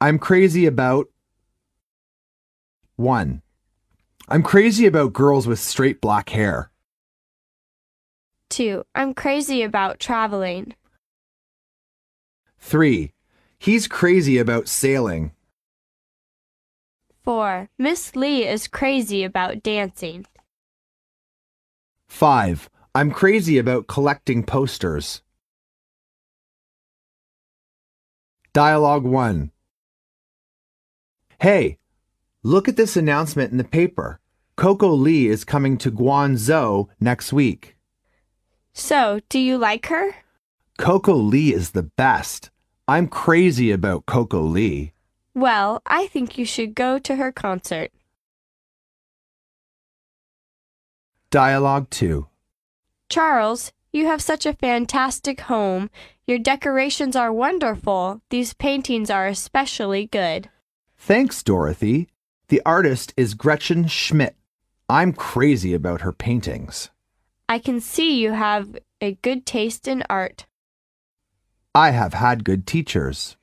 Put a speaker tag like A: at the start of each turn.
A: I'm crazy about one. I'm crazy about girls with straight black hair.
B: 2. I'm crazy about traveling.
A: Three. He's crazy about sailing.
B: 4. Miss Lee is crazy about dancing.
A: Five. I'm crazy about collecting posters. Dialogue one. Hey, look at this announcement in the paper. Coco Lee is coming to Guangzhou next week.
B: So, do you like her?
A: Coco Lee is the best. I'm crazy about Coco Lee.
B: Well, I think you should go to her concert.
A: Dialogue 2.
B: Charles, you have such a fantastic home. Your decorations are wonderful. These paintings are especially good.
A: Thanks, Dorothy. The artist is Gretchen Schmidt. I'm crazy about her paintings.
B: I can see you have a good taste in art.
A: I have had good teachers.